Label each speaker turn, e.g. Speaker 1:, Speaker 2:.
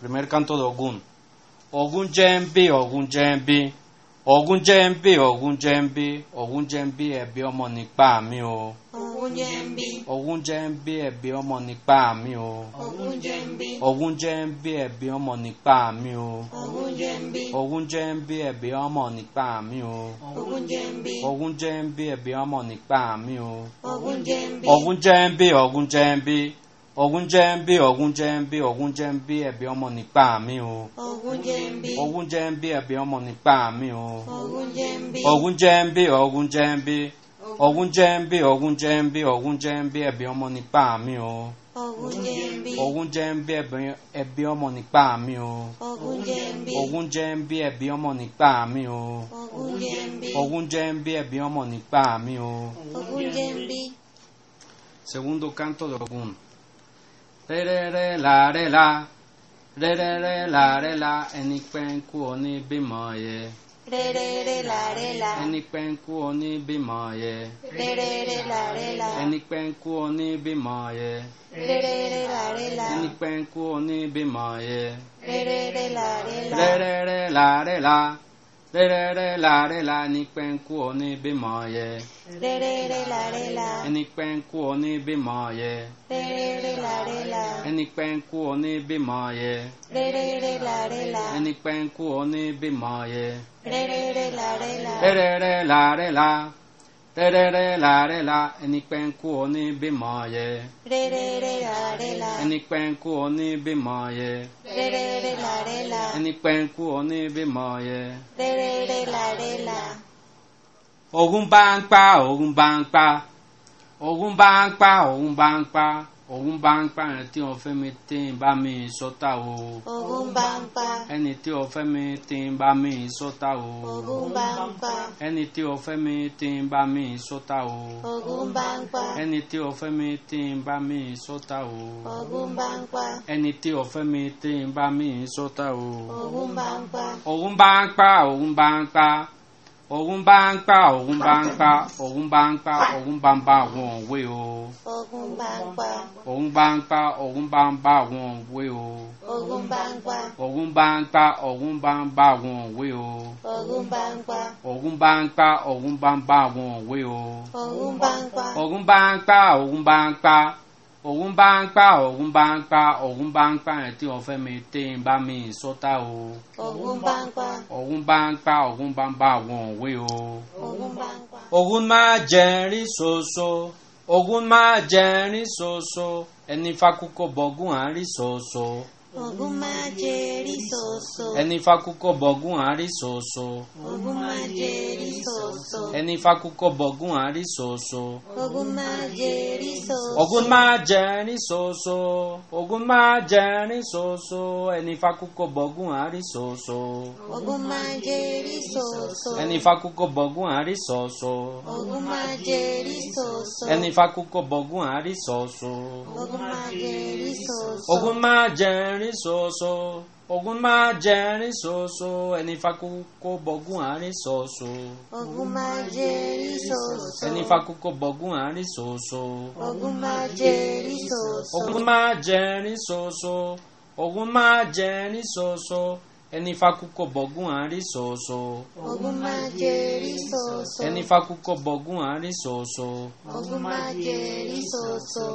Speaker 1: Primer canto de Ogun. Ogun Jembi, Ogun Jembi, Ogun Jembi, Ogun Jembi, Ogun Jembi ẹ̀bi ọmọ nípa mi o.
Speaker 2: Ògún jẹ́ ń bí.
Speaker 1: Ogun Jembi ẹ̀bi ọmọ nípa mi o.
Speaker 2: Ògún jẹ́ ń bí.
Speaker 1: Ogun Jembi ẹ̀bi ọmọ nípa mi o.
Speaker 2: Ògún jẹ́ ń bí.
Speaker 1: Ogun Jembi ẹ̀bi ọmọ nípa mi o.
Speaker 2: Ògún jẹ́ ń bí.
Speaker 1: Ogun Jembi ẹ̀bi ọmọ nípa mi o.
Speaker 2: Ògún jẹ́ ń bí.
Speaker 1: Ogun Jembi, Ogun Jembi, Ogun Jembi, Ogun Jembi, Ogun Jembi ẹ̀bi ọmọ nípa mi o.
Speaker 2: Ògún jẹ́ ń bí.
Speaker 1: Ogun Jembi ẹ̀bi ọmọ nípa mi o.
Speaker 2: Ògún jẹ́ ń bí.
Speaker 1: Ogun Jembi, Ogun Jembi, Ogun Jembi, Ogun Jembi, Ogun Jembi ẹ̀bi ọmọ nípa mi o.
Speaker 2: Ògún jẹ́ ń bí.
Speaker 1: Ogun Jembi ẹ̀bi- ẹ̀bi ọmọ nípa mi o.
Speaker 2: Ògún jẹ́ ń bí.
Speaker 1: Ogun Jembi ẹ̀bi ọmọ nípa mi o.
Speaker 2: Ògún jẹ́ ń bí.
Speaker 1: Ogun Jembi ẹ̀bi ọmọ nípa mi o.
Speaker 2: Ògún jẹ́ ń bí.
Speaker 1: Segundo canto de Ogun. Re re re la re la. Re re re la re la. Ẹni pẹ́ ń kú òní bímọ yẹ.
Speaker 2: Re re re la re la.
Speaker 1: Ẹni pẹ́ ń kú òní bímọ yẹ.
Speaker 2: Re re re la re la.
Speaker 1: Ẹni pẹ́ ń kú òní bímọ yẹ.
Speaker 2: Re re re la re la.
Speaker 1: Ẹni pẹ́ ń kú òní bímọ yẹ.
Speaker 2: Re re re la re la.
Speaker 1: Re re re la re la. Re re re la re la. Ẹni pẹ́ ń kú òní bímọ yẹ.
Speaker 2: Re re re la re la.
Speaker 1: Ẹni pẹ́ ń kú òní bímọ yẹ.
Speaker 2: Re re re la re la.
Speaker 1: Ẹni pẹ́ ń kú òní bímọ yẹ.
Speaker 2: Re re re la re la.
Speaker 1: Ẹni pẹ́ ń kú òní bímọ yẹ.
Speaker 2: Re re re la re la.
Speaker 1: Rẹ́rẹ́rẹ́ la rẹ́ la. Rẹ́rẹ́rẹ́ la rẹ́ la. Ẹni pẹ́ ń kú ọ ní bímọ yẹ.
Speaker 2: Re re re la re la.
Speaker 1: Ẹni pẹ́ ń kú ọ ní bímọ yẹ.
Speaker 2: Re re re la re la.
Speaker 1: Ẹni pẹ́ ń kú ọ ní bímọ yẹ.
Speaker 2: Re re re la re la.
Speaker 1: Ogun bá ń pa, ogun bá ń pa. Ogun bá ń pa, ogun bá ń pa. Ogun bá ń pa ẹni tí wọ́n fẹ́ mi tí ń bá mi sọ́tà o.
Speaker 2: Ògún bá ń pa.
Speaker 1: Ẹni tí wọ́n fẹ́ mi tí ń bá mi sọ́tà o.
Speaker 2: Ògún bá ń pa.
Speaker 1: Ẹni tí wọ́n fẹ́ mi tí ń bá mi sọ́tà o.
Speaker 2: Ògún bá ń pa.
Speaker 1: Ẹni tí wọ́n fẹ́ mi tí ń bá mi sọ́tà o.
Speaker 2: Ògún bá ń pa.
Speaker 1: ẹni tí ọ̀fẹ́ mi tí ń bá mi sọ́tà o.
Speaker 2: Ògún bá ń pa.
Speaker 1: òun bá ń pa òun bá ń pa òun bá ń pa òun bá ń pa òun bá ń pa òun bá ń bá àwọn òwe o.
Speaker 2: Ògún bá ń pa.
Speaker 1: òun bá ń pa òun bá ń bá àwọn òwe o.
Speaker 2: Ògún bá ń pa.
Speaker 1: òun bá ń pa òun bá ń bá àwọn òwe o.
Speaker 2: Ògún bá ń pa.
Speaker 1: òun bá ń pa òun bá ń bá àwọn òwe o.
Speaker 2: Ògún bá ń pa.
Speaker 1: òun bá ń pa òun bá ń pa òun bá ń pa òun bá ń pa òun bá ń pa ẹni tí ọ̀fẹ́ mi tí ń bá mi sọ́tà o.
Speaker 2: Ògún bá ń pa.
Speaker 1: òun bá ń pa òun bá ń bá àwọn òwe o.
Speaker 2: Ògún bá ń pa.
Speaker 1: ogun máa jẹrin ṣoṣo ogun máa jẹrin ṣoṣo ẹni fakúkọ bọgún àárín ṣoṣo
Speaker 2: Ògún máa jẹ rí ṣoṣo.
Speaker 1: ẹni fakúkọ bọgún àárín ṣoṣo
Speaker 2: Ògún máa jẹ rí ṣoṣo.
Speaker 1: ẹni fakúkọ bọgún àárín ṣoṣo.
Speaker 2: Ògún máa jẹ rí ṣoṣo.
Speaker 1: ogun máa jẹrin ṣoṣo ogun máa jẹrin ṣoṣo ẹni fakúkọ bọgún àárín ṣoṣo
Speaker 2: Ògún máa jẹ rí ṣoṣo.
Speaker 1: ẹni fakúkọ bọgún àárín ṣoṣo
Speaker 2: Ògún máa jẹ rí ṣoṣo.
Speaker 1: ẹni fakúkọ bọgún àárín ṣoṣo.
Speaker 2: Ogun
Speaker 1: Ogun
Speaker 2: máa jẹ rí ṣoṣo.
Speaker 1: máa jẹrin ṣoṣo. Ogun máa jẹrin ṣoṣo. Ẹni fakoko bọ̀gún àárín ṣoṣo.
Speaker 2: Ogun máa jẹ rí ṣoṣo.
Speaker 1: Ẹni fakoko bọ̀gún àárín ṣoṣo.
Speaker 2: Ogun máa jẹ rí ṣoṣo.
Speaker 1: Ogun máa jẹrin ṣoṣo. Ogun máa jẹrin ṣoṣo. Ẹni fakoko bọ̀gún àárín ṣoṣo.
Speaker 2: Ogun máa jẹ rí ṣoṣo.
Speaker 1: Ẹni fakoko bọ̀gún àárín ṣoṣo.
Speaker 2: Ogun máa jẹ rí ṣoṣo.